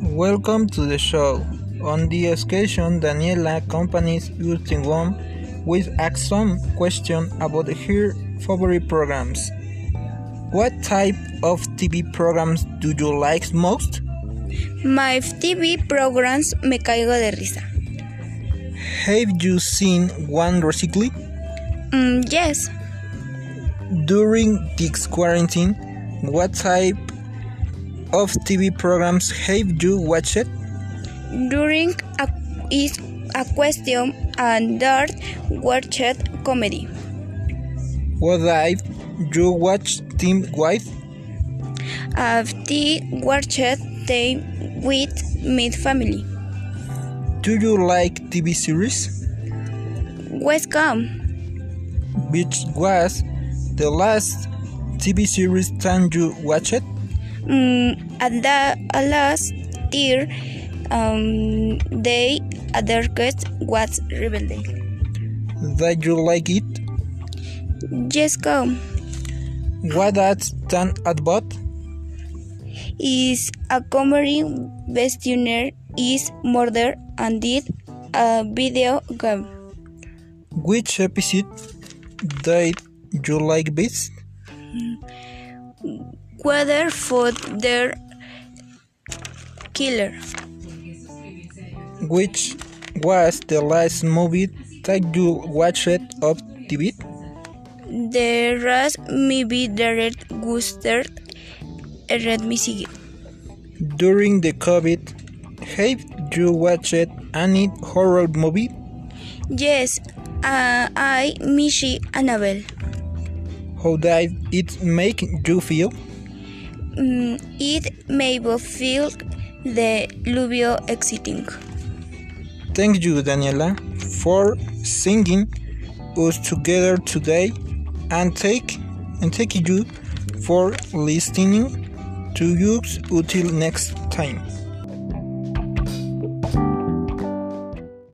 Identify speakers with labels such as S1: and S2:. S1: Welcome to the show. On the occasion, Daniela accompanies Ultimum with ask some question about her favorite programs. What type of TV programs do you like most?
S2: My TV programs me caigo de risa.
S1: Have you seen one recently?
S2: Mm, yes,
S1: During this quarantine, what type of TV programs have you watched?
S2: during a, is a question and third watched comedy.
S1: What type you watch Team White?
S2: A the watched time with my family.
S1: Do you like TV series?
S2: Welcome.
S1: Which was the last TV series time you watched?
S2: Mm, at the at last year, um, they other quest was rebelde.
S1: That you like it?
S2: Yes, come.
S1: What that stand about?
S2: is a comedy questioner is murder and did a video game.
S1: Which episode did you like best?
S2: Whether for their killer.
S1: Which was the last movie that you watched of TV?
S2: The rest may be the red guster red misig.
S1: During the COVID, have you watched any horror movie?
S2: Yes, uh, I Mishi Annabelle.
S1: How did it make you feel?
S2: Mm, it may be feel the Lubio exiting.
S1: Thank you, Daniela, for singing us together today, and thank and thank you for listening to us until next time.